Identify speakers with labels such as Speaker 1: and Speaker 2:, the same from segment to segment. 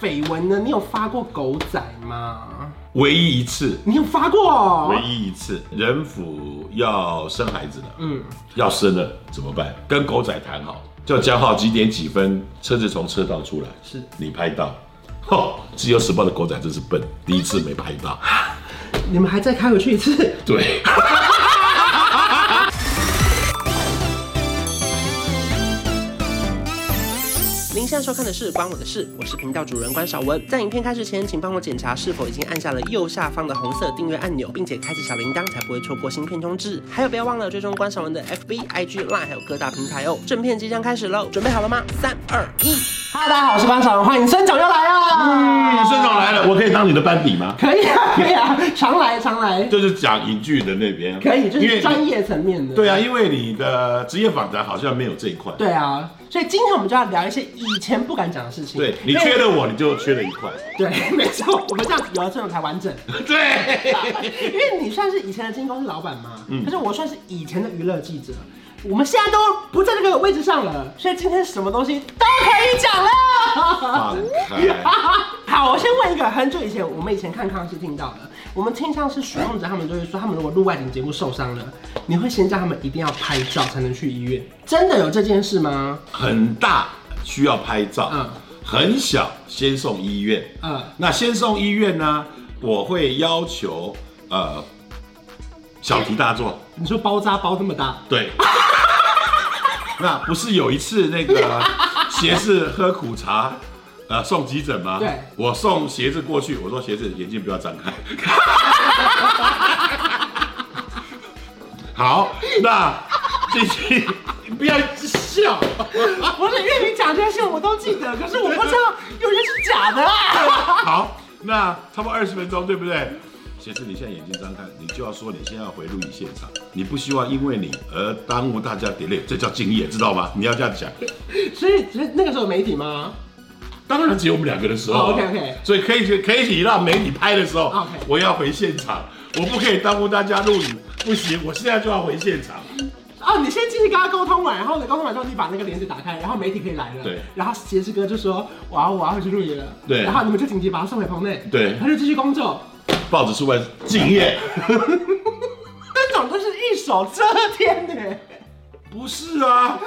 Speaker 1: 绯闻呢？你有发过狗仔吗？
Speaker 2: 唯一一次，
Speaker 1: 你有发过？哦
Speaker 2: 唯一一次，人府要生孩子了，
Speaker 1: 嗯，
Speaker 2: 要生了怎么办？跟狗仔谈好，叫江浩几点几分车子从车道出来，
Speaker 1: 是
Speaker 2: 你拍到。吼，《自由时报》的狗仔真是笨，第一次没拍 到。
Speaker 1: 你们还再开回去一次？
Speaker 2: 对，
Speaker 1: 您现在收看的是《关我的事》，我是频道主人关少文。在影片开始前，请帮我检查是否已经按下了右下方的红色订阅按钮，并且开启小铃铛，才不会错过新片通知。还有，不要忘了追踪关少文的 FB、IG、Line，还有各大平台哦。正片即将开始喽，准备好了吗？三、二、一！Hello，大家好，我是关少文，欢迎孙总又来啦！
Speaker 2: 嗯，孙总来了，我可以当你的班底吗？
Speaker 1: 可以啊，可以啊，常来常来，
Speaker 2: 就是讲影剧的那边，
Speaker 1: 可以，就
Speaker 2: 因为
Speaker 1: 是
Speaker 2: 你
Speaker 1: 专业层面的。
Speaker 2: 对啊，因为你的职业访谈好像没有这一块。
Speaker 1: 对啊，所以今天我们就要聊一些以前不敢讲的事情。
Speaker 2: 对，你
Speaker 1: 因为
Speaker 2: 缺了我，你就缺了一 块。
Speaker 1: 对，没错，我们这样子有了这种才完 整。
Speaker 2: 对，
Speaker 1: 因为你算是以前的经纪公司老板嘛，
Speaker 2: 嗯
Speaker 1: 可是我算是以前的娱乐记者，我们现在都不在这个位置上了，所以今天什么东西都可以讲了。
Speaker 2: 放开。
Speaker 1: 好，我先问一个，很久以前我们以前看康熙听到的，我们听像是许梦哲他们就会说，他们如果录外景节目受伤了，你会先叫他们一定要拍照才能去医院，真的有这件事吗？
Speaker 2: 很大需要拍照，
Speaker 1: 嗯
Speaker 2: 很小先送医院，
Speaker 1: 嗯
Speaker 2: 那先送医院呢，我会要求呃小题大做，
Speaker 1: 你说包扎包这么大，
Speaker 2: 对， 那不是有一次那个鞋子喝苦茶。呃，送急诊吗？
Speaker 1: 对
Speaker 2: 我送鞋子过去，我说鞋子眼睛不要张开。 好，那 继续，不要笑。
Speaker 1: 不是因为你讲这些事我都记得，可是我不知道有些是假的啊。
Speaker 2: 好，那差不多二十分钟，对不对？显示你现在眼睛张开，你就要说你现在要回录影现场，你不希望因为你而耽误大家 delay，这叫敬业，知道吗？你要这样讲。
Speaker 1: 所以所以那个时候有媒体吗？
Speaker 2: 当然只有我们两个的时候、啊
Speaker 1: 哦，OK，OK
Speaker 2: 所以可以可以让媒体拍的时候
Speaker 1: OK
Speaker 2: 我要回现场，我不可以耽误大家录影，不行，我现在就要回现场。
Speaker 1: 哦，你先进去跟他沟通完，然后呢，沟通完之后你把那个帘子打开，然后媒体可以来了。
Speaker 2: 对
Speaker 1: 然后杰志哥就说：“我要我要回去录影了。”
Speaker 2: 对
Speaker 1: 然后你们就紧急把他送回棚内。
Speaker 2: 对
Speaker 1: 他就继续工作。
Speaker 2: 报纸出版敬业，
Speaker 1: 这种就是一手遮天的，
Speaker 2: 不是啊？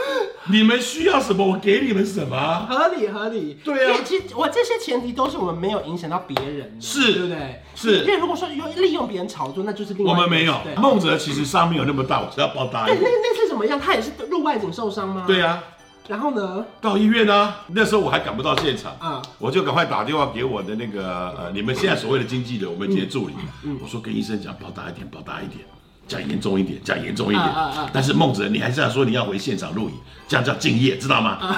Speaker 2: 你们需要什么，我给你们什么啊。
Speaker 1: 合理合理。
Speaker 2: 对啊
Speaker 1: 因为其实我这些前提都是我们没有影响到别人的，
Speaker 2: 是
Speaker 1: 对不对？
Speaker 2: 是
Speaker 1: 因为如果说用利用别人炒作，那就是另外
Speaker 2: 我
Speaker 1: 一回
Speaker 2: 们
Speaker 1: 事
Speaker 2: 没有
Speaker 1: 对，
Speaker 2: 梦哲其实伤没有那么大，我是要报答
Speaker 1: 对，哎
Speaker 2: 你
Speaker 1: 那。那次怎么样？他也是入外景受伤吗？。
Speaker 2: 对啊，
Speaker 1: 然后呢？
Speaker 2: 到医院啊，那时候我还赶不到现场
Speaker 1: 嗯
Speaker 2: 啊，我就赶快打电话给我的那个呃，你们现在所谓的经纪人，我们以前助理，
Speaker 1: 嗯
Speaker 2: 嗯我说跟医生讲报大一点，报大一点，讲严重一点，讲严重一点
Speaker 1: 啊啊啊。
Speaker 2: 但是孟子，你还是要说你要回现场录影，这样叫敬业，知道
Speaker 1: 嗯
Speaker 2: 吗？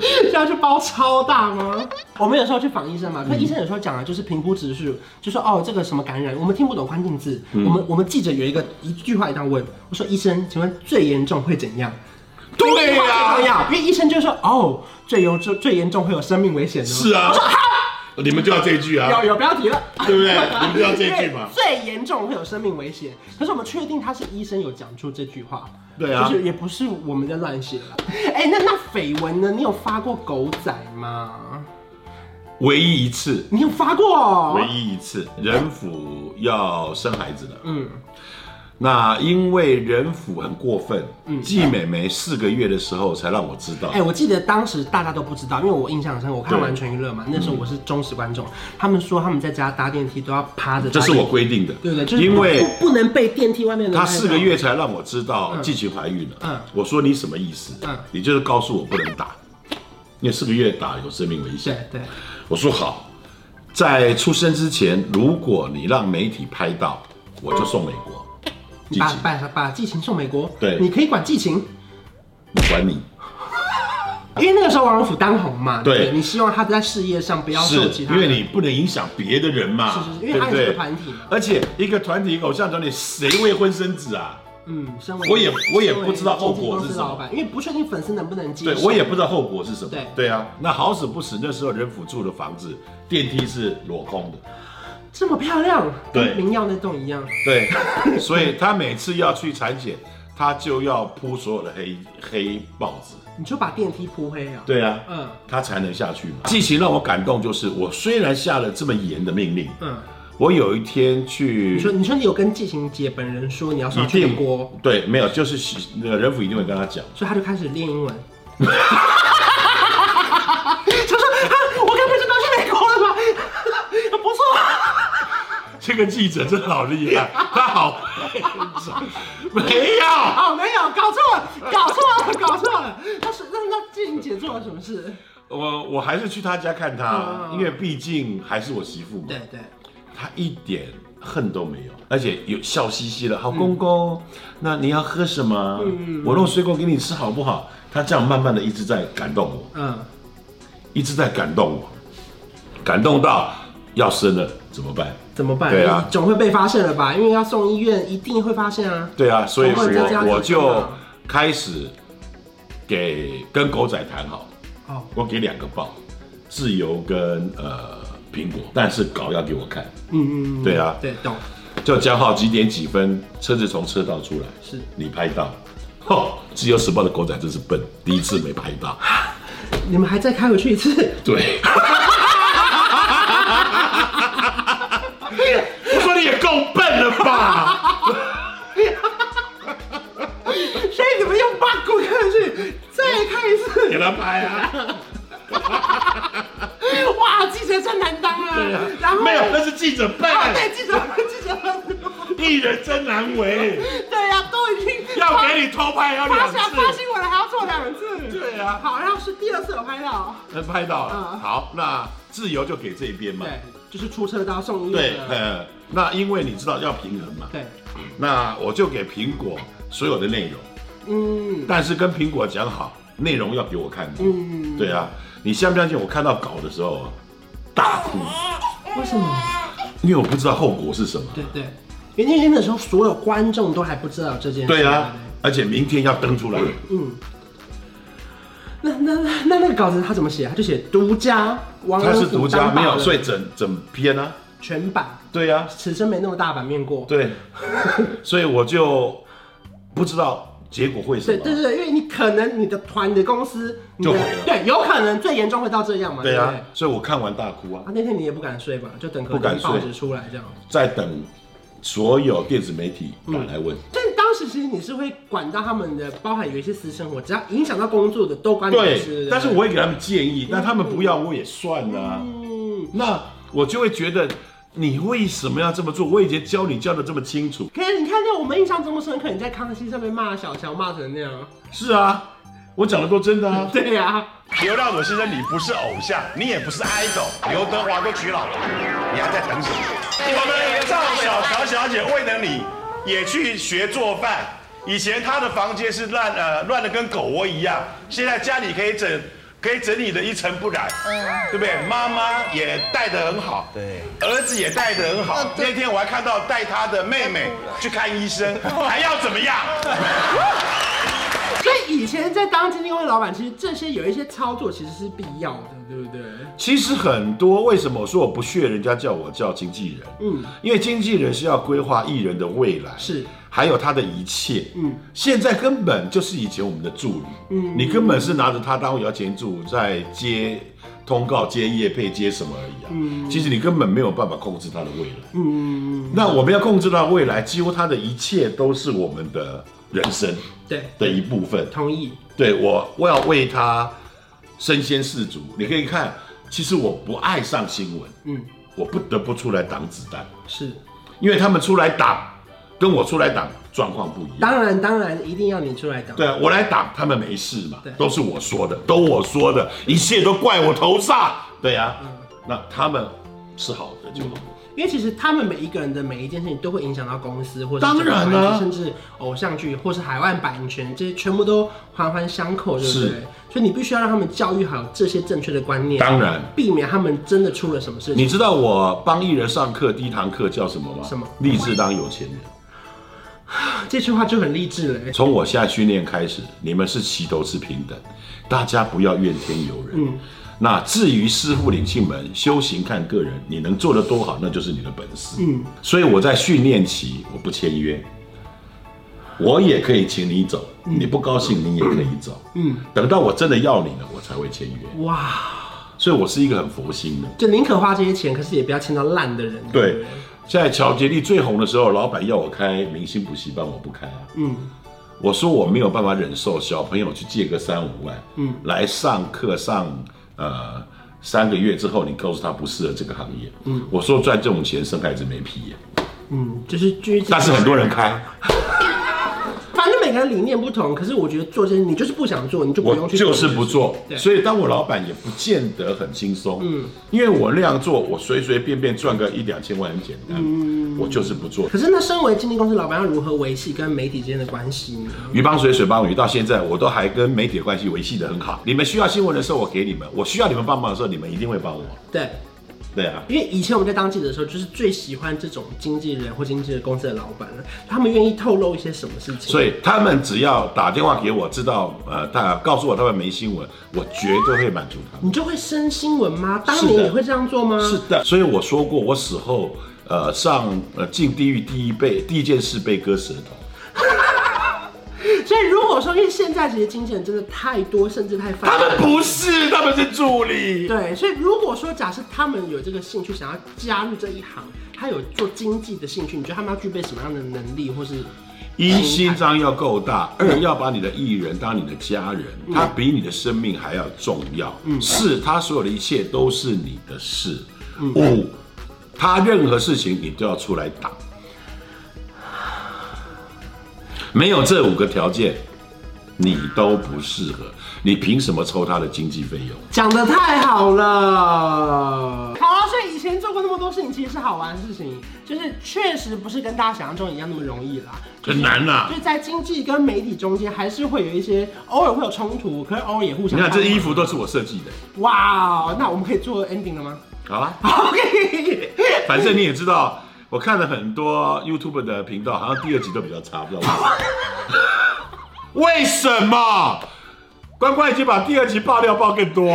Speaker 1: 是要去包超大吗？我们有时候去访医生嘛，可医生有时候讲的就是评估指数，就说哦这个什么感染，我们听不懂关键字。我们我们记者有一个一句话一定要问，我说医生，请问最严重会怎样？
Speaker 2: 对
Speaker 1: 最重
Speaker 2: 呀，
Speaker 1: 要，因为医生就说哦最严重最严重会有生命危险哦。
Speaker 2: 是啊，你们就要这一句啊
Speaker 1: 有，有标题了，
Speaker 2: 对不对？ 你们就要这一句嘛
Speaker 1: 因为。最严重会有生命危险，可是我们确定他是医生有讲出这句话，
Speaker 2: 对啊
Speaker 1: 就是也不是我们在乱写了。哎、那那绯闻呢？你有发过狗仔吗？
Speaker 2: 唯一一次，
Speaker 1: 你有发过？
Speaker 2: 唯一一次，人府要生孩子了。
Speaker 1: 嗯
Speaker 2: 嗯，那因为人府很过分，季美眉四个月的时候才让我知道
Speaker 1: 嗯哎、。我记得当时大家都不知道，因为我印象很深，我看
Speaker 2: 对
Speaker 1: 完全娱乐
Speaker 2: 嗯
Speaker 1: 嘛，那时候我是忠实观众。他们说他们在家搭电梯都要趴着搭电梯，
Speaker 2: 这是我规定的，
Speaker 1: 对不对？就是
Speaker 2: 因为
Speaker 1: 不不能被电梯外面的
Speaker 2: 她
Speaker 1: 人看
Speaker 2: 四个
Speaker 1: 到，
Speaker 2: 月才让我知道季晴怀孕了。
Speaker 1: 嗯
Speaker 2: 嗯，我说你什么意思？
Speaker 1: 嗯
Speaker 2: 嗯，你就是告诉我不能打，因为四个月打有生命危险。
Speaker 1: 对对，
Speaker 2: 我说好，在出生之前，如果你让媒体拍到，我就送美国。季
Speaker 1: 你把
Speaker 2: 晴，
Speaker 1: 把把季晴送美国，
Speaker 2: 对
Speaker 1: 你可以管季晴，
Speaker 2: 你管你。
Speaker 1: 因为那个时候王仁甫当红嘛，
Speaker 2: 对
Speaker 1: 不你希望他在事业上不要受
Speaker 2: 是，
Speaker 1: 其
Speaker 2: 因
Speaker 1: 他人，
Speaker 2: 为你不能影响别的人嘛，
Speaker 1: 是是是因为
Speaker 2: 对
Speaker 1: 他
Speaker 2: 不
Speaker 1: 也是
Speaker 2: 对？
Speaker 1: 个团体嘛
Speaker 2: 而且一个团体一个偶像团体，谁未婚生子啊？
Speaker 1: 嗯，身为
Speaker 2: 我也我也
Speaker 1: 身为
Speaker 2: 不知道后果
Speaker 1: 经纪公司
Speaker 2: 是什么
Speaker 1: 老板，因为不确定粉丝能不能接受，
Speaker 2: 对，我也不知道后果是什么。
Speaker 1: 对
Speaker 2: 啊，那好死不死，那时候人府住的房子电梯是裸空的，
Speaker 1: 这么漂亮，
Speaker 2: 对
Speaker 1: 跟明耀那栋一样，
Speaker 2: 对，所以他每次要去产检，他就要铺所有的黑黑报纸，
Speaker 1: 你就把电梯铺黑啊？，
Speaker 2: 对啊，
Speaker 1: 嗯
Speaker 2: 他才能下去嘛。季琦让我感动，就是我虽然下了这么严的命令，
Speaker 1: 嗯，
Speaker 2: 我有一天
Speaker 1: 你
Speaker 2: 去
Speaker 1: 说你说你有跟季晴姐本人说你要
Speaker 2: 一
Speaker 1: 上
Speaker 2: 定
Speaker 1: 全国，
Speaker 2: 对，没有，就是喜那个人府一定会跟他讲。
Speaker 1: 所以他就开始练英文。 他说啊，我该不会就当去美国了吧？ 不错，
Speaker 2: 这个记者真的好厉害，他好会找， 没有，
Speaker 1: 哦，没有搞错了，搞错了，搞错了。他是那那季晴姐做了什么事？
Speaker 2: 我我还是去他家看他，因为毕竟还是我媳妇嘛
Speaker 1: 对，对，
Speaker 2: 他一点恨都没有，而且有笑嘻嘻的，好公公，那你要喝什么？我弄水果给你吃好不好？他这样慢慢的一直在感动我，
Speaker 1: 嗯，
Speaker 2: 一直在感动我，感动到要生了怎么办？
Speaker 1: 怎么办？
Speaker 2: 对啊
Speaker 1: 你总会被发现了吧？因为要送医院，一定会发现啊。
Speaker 2: 对啊，所以
Speaker 1: 从这家
Speaker 2: 我我
Speaker 1: 庭看
Speaker 2: 就
Speaker 1: 啊
Speaker 2: 开始给跟狗仔谈好，
Speaker 1: 哦，
Speaker 2: 我给两个报，自由跟呃苹果，但是稿要给我看。
Speaker 1: 嗯嗯，嗯
Speaker 2: 对啊
Speaker 1: 对，懂，
Speaker 2: 就讲好几点几分，车子从车道出来，
Speaker 1: 是
Speaker 2: 你拍到。吼，自由时报的狗仔真是笨，第一次没拍到。
Speaker 1: 你们还再开回去一 次。
Speaker 2: 对， 我说你也够笨了 吧？
Speaker 1: 所以你们又把滚回去，再看一次。
Speaker 2: 给他拍啊！
Speaker 1: 哇，记者真难当啊！然后
Speaker 2: 没有，那是记者笨，
Speaker 1: 啊，对记者，记者，
Speaker 2: 艺人真难为，
Speaker 1: 对呀、都已经
Speaker 2: 要给你偷拍要
Speaker 1: 发
Speaker 2: 两
Speaker 1: 想发
Speaker 2: 次。
Speaker 1: 新闻了，还要做两次。
Speaker 2: 对啊
Speaker 1: 好，然后是第二次有拍到，
Speaker 2: 能拍到了。
Speaker 1: 嗯
Speaker 2: 好，那自由就给这边嘛。
Speaker 1: 对，就是出车刀送医
Speaker 2: 对
Speaker 1: 院，的，
Speaker 2: 呃，那因为你知道要平衡嘛，
Speaker 1: 对，
Speaker 2: 那我就给苹果所有的内容，
Speaker 1: 嗯
Speaker 2: 但是跟苹果讲好，内容要给我看过。
Speaker 1: 嗯，
Speaker 2: 对啊，你相不相信我看到稿的时候啊，大哭，
Speaker 1: 为什么？
Speaker 2: 因为我不知道后果是什么。
Speaker 1: 对对，袁天星的时候，所有观众都还不知道这件事。
Speaker 2: 对啊，而且明天要登出来，
Speaker 1: 嗯。那那那那那个稿子他怎么写？他就写独家，王
Speaker 2: 它
Speaker 1: 仁
Speaker 2: 是
Speaker 1: 甫
Speaker 2: 独家，
Speaker 1: 当爸
Speaker 2: 没有，
Speaker 1: 了
Speaker 2: 所以整整篇啊，
Speaker 1: 全版，
Speaker 2: 对啊，
Speaker 1: 此生没那么大版面过。
Speaker 2: 对，所以我就不知道结果会什
Speaker 1: 对
Speaker 2: 么。
Speaker 1: 对对，因为你可能你的团、你的公司你的
Speaker 2: 就毁了
Speaker 1: 对，有可能最严重会到这样嘛。
Speaker 2: 对
Speaker 1: 不
Speaker 2: 啊，所以我看完大哭啊
Speaker 1: 啊，，那天你也不敢睡吧？就等可
Speaker 2: 不敢
Speaker 1: 能
Speaker 2: 睡
Speaker 1: 报纸出来这样。
Speaker 2: 在等所有电子媒体打来问。
Speaker 1: 但是当时其实你是会管到他们的，包含有一些私生活，只要影响到工作的都关你的事。
Speaker 2: 对，但是我会给他们建议，那他们不要我也算了、啊
Speaker 1: 嗯，
Speaker 2: 那我就会觉得你为什么要这么做？我已经教你教的这么清楚。
Speaker 1: 可是你看到我们印象这么深刻，你在康熙上面骂小乔骂成那样。
Speaker 2: 是啊，我讲的都真的 啊。
Speaker 1: 对呀、
Speaker 3: 流量我先生，你不是偶像，你也不是 idol，刘德华都娶老婆，你还在等什么？我们赵小乔小姐为了你，也去学做饭。以前她的房间是乱呃乱的跟狗窝一样，现在家里可以整可以整理的一尘不染，对不对？妈妈也带的很好，对，儿子也带的很好。那天我还看到带他的妹妹去看医生，还要怎么样？
Speaker 1: 所以以前在当经纪公司老板，其实这些有一些操作其实是必要的，对不对？
Speaker 2: 其实很多为什么我说我不屑人家叫我叫经纪人？
Speaker 1: 嗯
Speaker 2: 嗯，因为经纪人是要规划艺人的未来，
Speaker 1: 是，
Speaker 2: 还有他的一切。
Speaker 1: 嗯
Speaker 2: 嗯，现在根本就是以前我们的助理，嗯，你根本是拿着他当摇钱助在接通告、接业配、接什么而已啊。嗯，其实你根本没有办法控制他的未来。
Speaker 1: 嗯，
Speaker 2: 那我们要控制到未来，几乎他的一切都是我们的人生
Speaker 1: 对，
Speaker 2: 的一部分。
Speaker 1: 同意。
Speaker 2: 对我，我要为他身先士卒。你可以看，其实我不爱上新闻，
Speaker 1: 嗯，
Speaker 2: 我不得不出来挡子弹，
Speaker 1: 是。
Speaker 2: 因为他们出来挡，跟我出来挡状况不一样。
Speaker 1: 当然，当然，一定要你出来挡。
Speaker 2: 对啊，我来挡，他们没事嘛
Speaker 1: 对，
Speaker 2: 都是我说的，都我说的，一切都怪我头上。对啊，那他们是好的就好。
Speaker 1: 因为其实他们每一个人的每一件事情都会影响到公司，或者
Speaker 2: 当然啊
Speaker 1: 甚至偶像剧，或是海外版权，这些全部都环环相扣，对不对
Speaker 2: 是？
Speaker 1: 所以你必须要让他们教育好这些正确的观念，
Speaker 2: 当然，
Speaker 1: 避免他们真的出了什么事情。
Speaker 2: 你知道我帮艺人上课第一堂课叫什么吗？
Speaker 1: 什么
Speaker 2: 立志当有钱人。
Speaker 1: 这句话就很励志了、欸。
Speaker 2: 从我现在训练开始，你们是齐头是平等，大家不要怨天尤人。那至于师傅领进门，修行看个人，你能做得多好，那就是你的本事。嗯，所以我在训练期我不签约，我也可以请你走，你不高兴你也可以走。嗯，等到我真的要你了，我才会签约。
Speaker 1: 哇，
Speaker 2: 所以我是一个很佛心的。
Speaker 1: 就宁可花这些钱，可是也不要签到烂的人。
Speaker 2: 对，在乔杰利最红的时候，老板要我开明星补习班，我不开啊。嗯，我说我没有办法忍受小朋友去借个三五万，嗯，来上课上呃三个月之后，你告诉他不适合这个行业。嗯，我说赚这种钱生孩子没屁眼，
Speaker 1: 嗯，就是居家。
Speaker 2: 但是很多人开，
Speaker 1: 反正每个人理念不同，可是我觉得做这些，你就是不想做，你就不
Speaker 2: 我
Speaker 1: 用去做
Speaker 2: 就
Speaker 1: 这件事。
Speaker 2: 是不做，
Speaker 1: 对
Speaker 2: 所以当我老板也不见得很轻松，嗯，因为我那样做，我随随便便赚个一两千万很简单，嗯，我就是不做。
Speaker 1: 可是那身为经纪公司老板，要如何维系跟媒体之间的关系呢？
Speaker 2: 鱼帮水，水帮鱼，到现在我都还跟媒体的关系维系得很好。你们需要新闻的时候，我给你们；我需要你们帮忙的时候，你们一定会帮我。
Speaker 1: 对，
Speaker 2: 对啊，
Speaker 1: 因为以前我们在当记者的时候，就是最喜欢这种经纪人或经纪公司的老板了，他们愿意透露一些什么事情。
Speaker 2: 所以他们只要打电话给我，知道呃，他告诉我他们没新闻，我绝对会满足他们。
Speaker 1: 你就会升新闻吗？当
Speaker 2: 是
Speaker 1: 年
Speaker 2: 的
Speaker 1: 也会这样做吗？
Speaker 2: 是的，所以我说过，我死后呃上呃进地狱第一被第一件事被割舌头。
Speaker 1: 所以如果说，因为现在其实经纪人真的太多，甚至太泛
Speaker 2: 他
Speaker 1: 滥
Speaker 2: 们不是，他们是助理。
Speaker 1: 对，所以如果说假设他们有这个兴趣，想要加入这一行，他有做经济的兴趣，你觉得他们要具备什么样的能力，或是
Speaker 2: 一心脏要够大，二要把你的艺人当你的家人，他比你的生命还要重要。四，他所有的一切都是你的事。五，他任何事情你都要出来打。没有这五个条件，你都不适合。你凭什么抽他的经济费用？
Speaker 1: 讲的太好了。好了，所以以前做过那么多事情，其实是好玩的事情，就是确实不是跟大家想象中一样那么容易啦。
Speaker 2: 很难啊呐、
Speaker 1: 就是在经济跟媒体中间，还是会有一些偶尔会有冲突，可是偶尔也互
Speaker 2: 你
Speaker 1: 相。
Speaker 2: 看这衣，服都是我设计的，
Speaker 1: 哇，哦那我们可以做 ending 了吗
Speaker 2: 好吧？
Speaker 1: ？OK，
Speaker 2: 反正你也知道，我看了很多 YouTube 的频道，好像第二集都比较差，不知道为什么。为什么？关关已经把第二集爆料爆更多，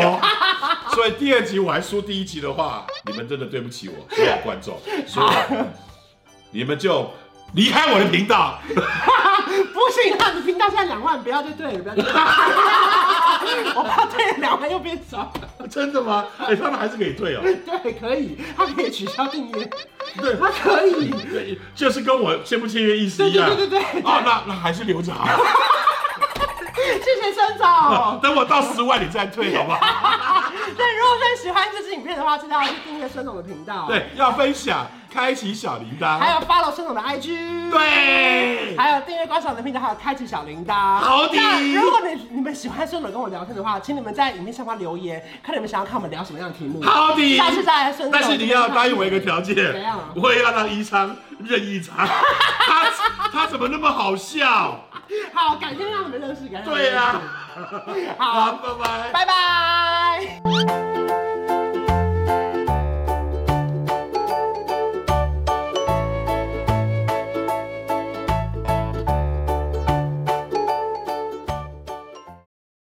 Speaker 2: 所以第二集我还输第一集的话，你们真的对不起我，所有观众，所有你们就离开我的频道。
Speaker 1: 不行，那你频道现在两万，不要再对了，不要再对了。我怕对了 两万又变少。
Speaker 2: 真的吗？哎、他们还是可以退哦。
Speaker 1: 对，可以，他可以取消订阅，
Speaker 2: 对，
Speaker 1: 他可以。
Speaker 2: 就是跟我签不签约意思一样。
Speaker 1: 对对对对对
Speaker 2: 啊，那那还是留着好了。
Speaker 1: 谢谢生总。
Speaker 2: 等我到十万你再退，好不好？
Speaker 1: 对，如果说喜欢这支影片的话，记得要去订阅孙总的频道，，
Speaker 2: 对，要分享，开启小铃铛。
Speaker 1: 还有 follow 孙总的 IG，，
Speaker 2: 对，
Speaker 1: 还有订阅观赏我的频道，还有开启小铃铛。
Speaker 2: 好的
Speaker 1: 那如果你你们喜欢孙总跟我聊天的话，请你们在影片下方留言，看你们想要看我们聊什么样的题目。
Speaker 2: 好的。
Speaker 1: 下次再来孙总。
Speaker 2: 但是你要答应我一个条
Speaker 1: 怎
Speaker 2: 件
Speaker 1: 样啊，
Speaker 2: 我也要让宜昌任宜昌。他他怎么那么好笑？
Speaker 1: 好，感谢让你们认识，感谢让你们
Speaker 2: 对呀、啊
Speaker 1: 认识。好，
Speaker 2: 好，拜拜。
Speaker 1: 拜拜。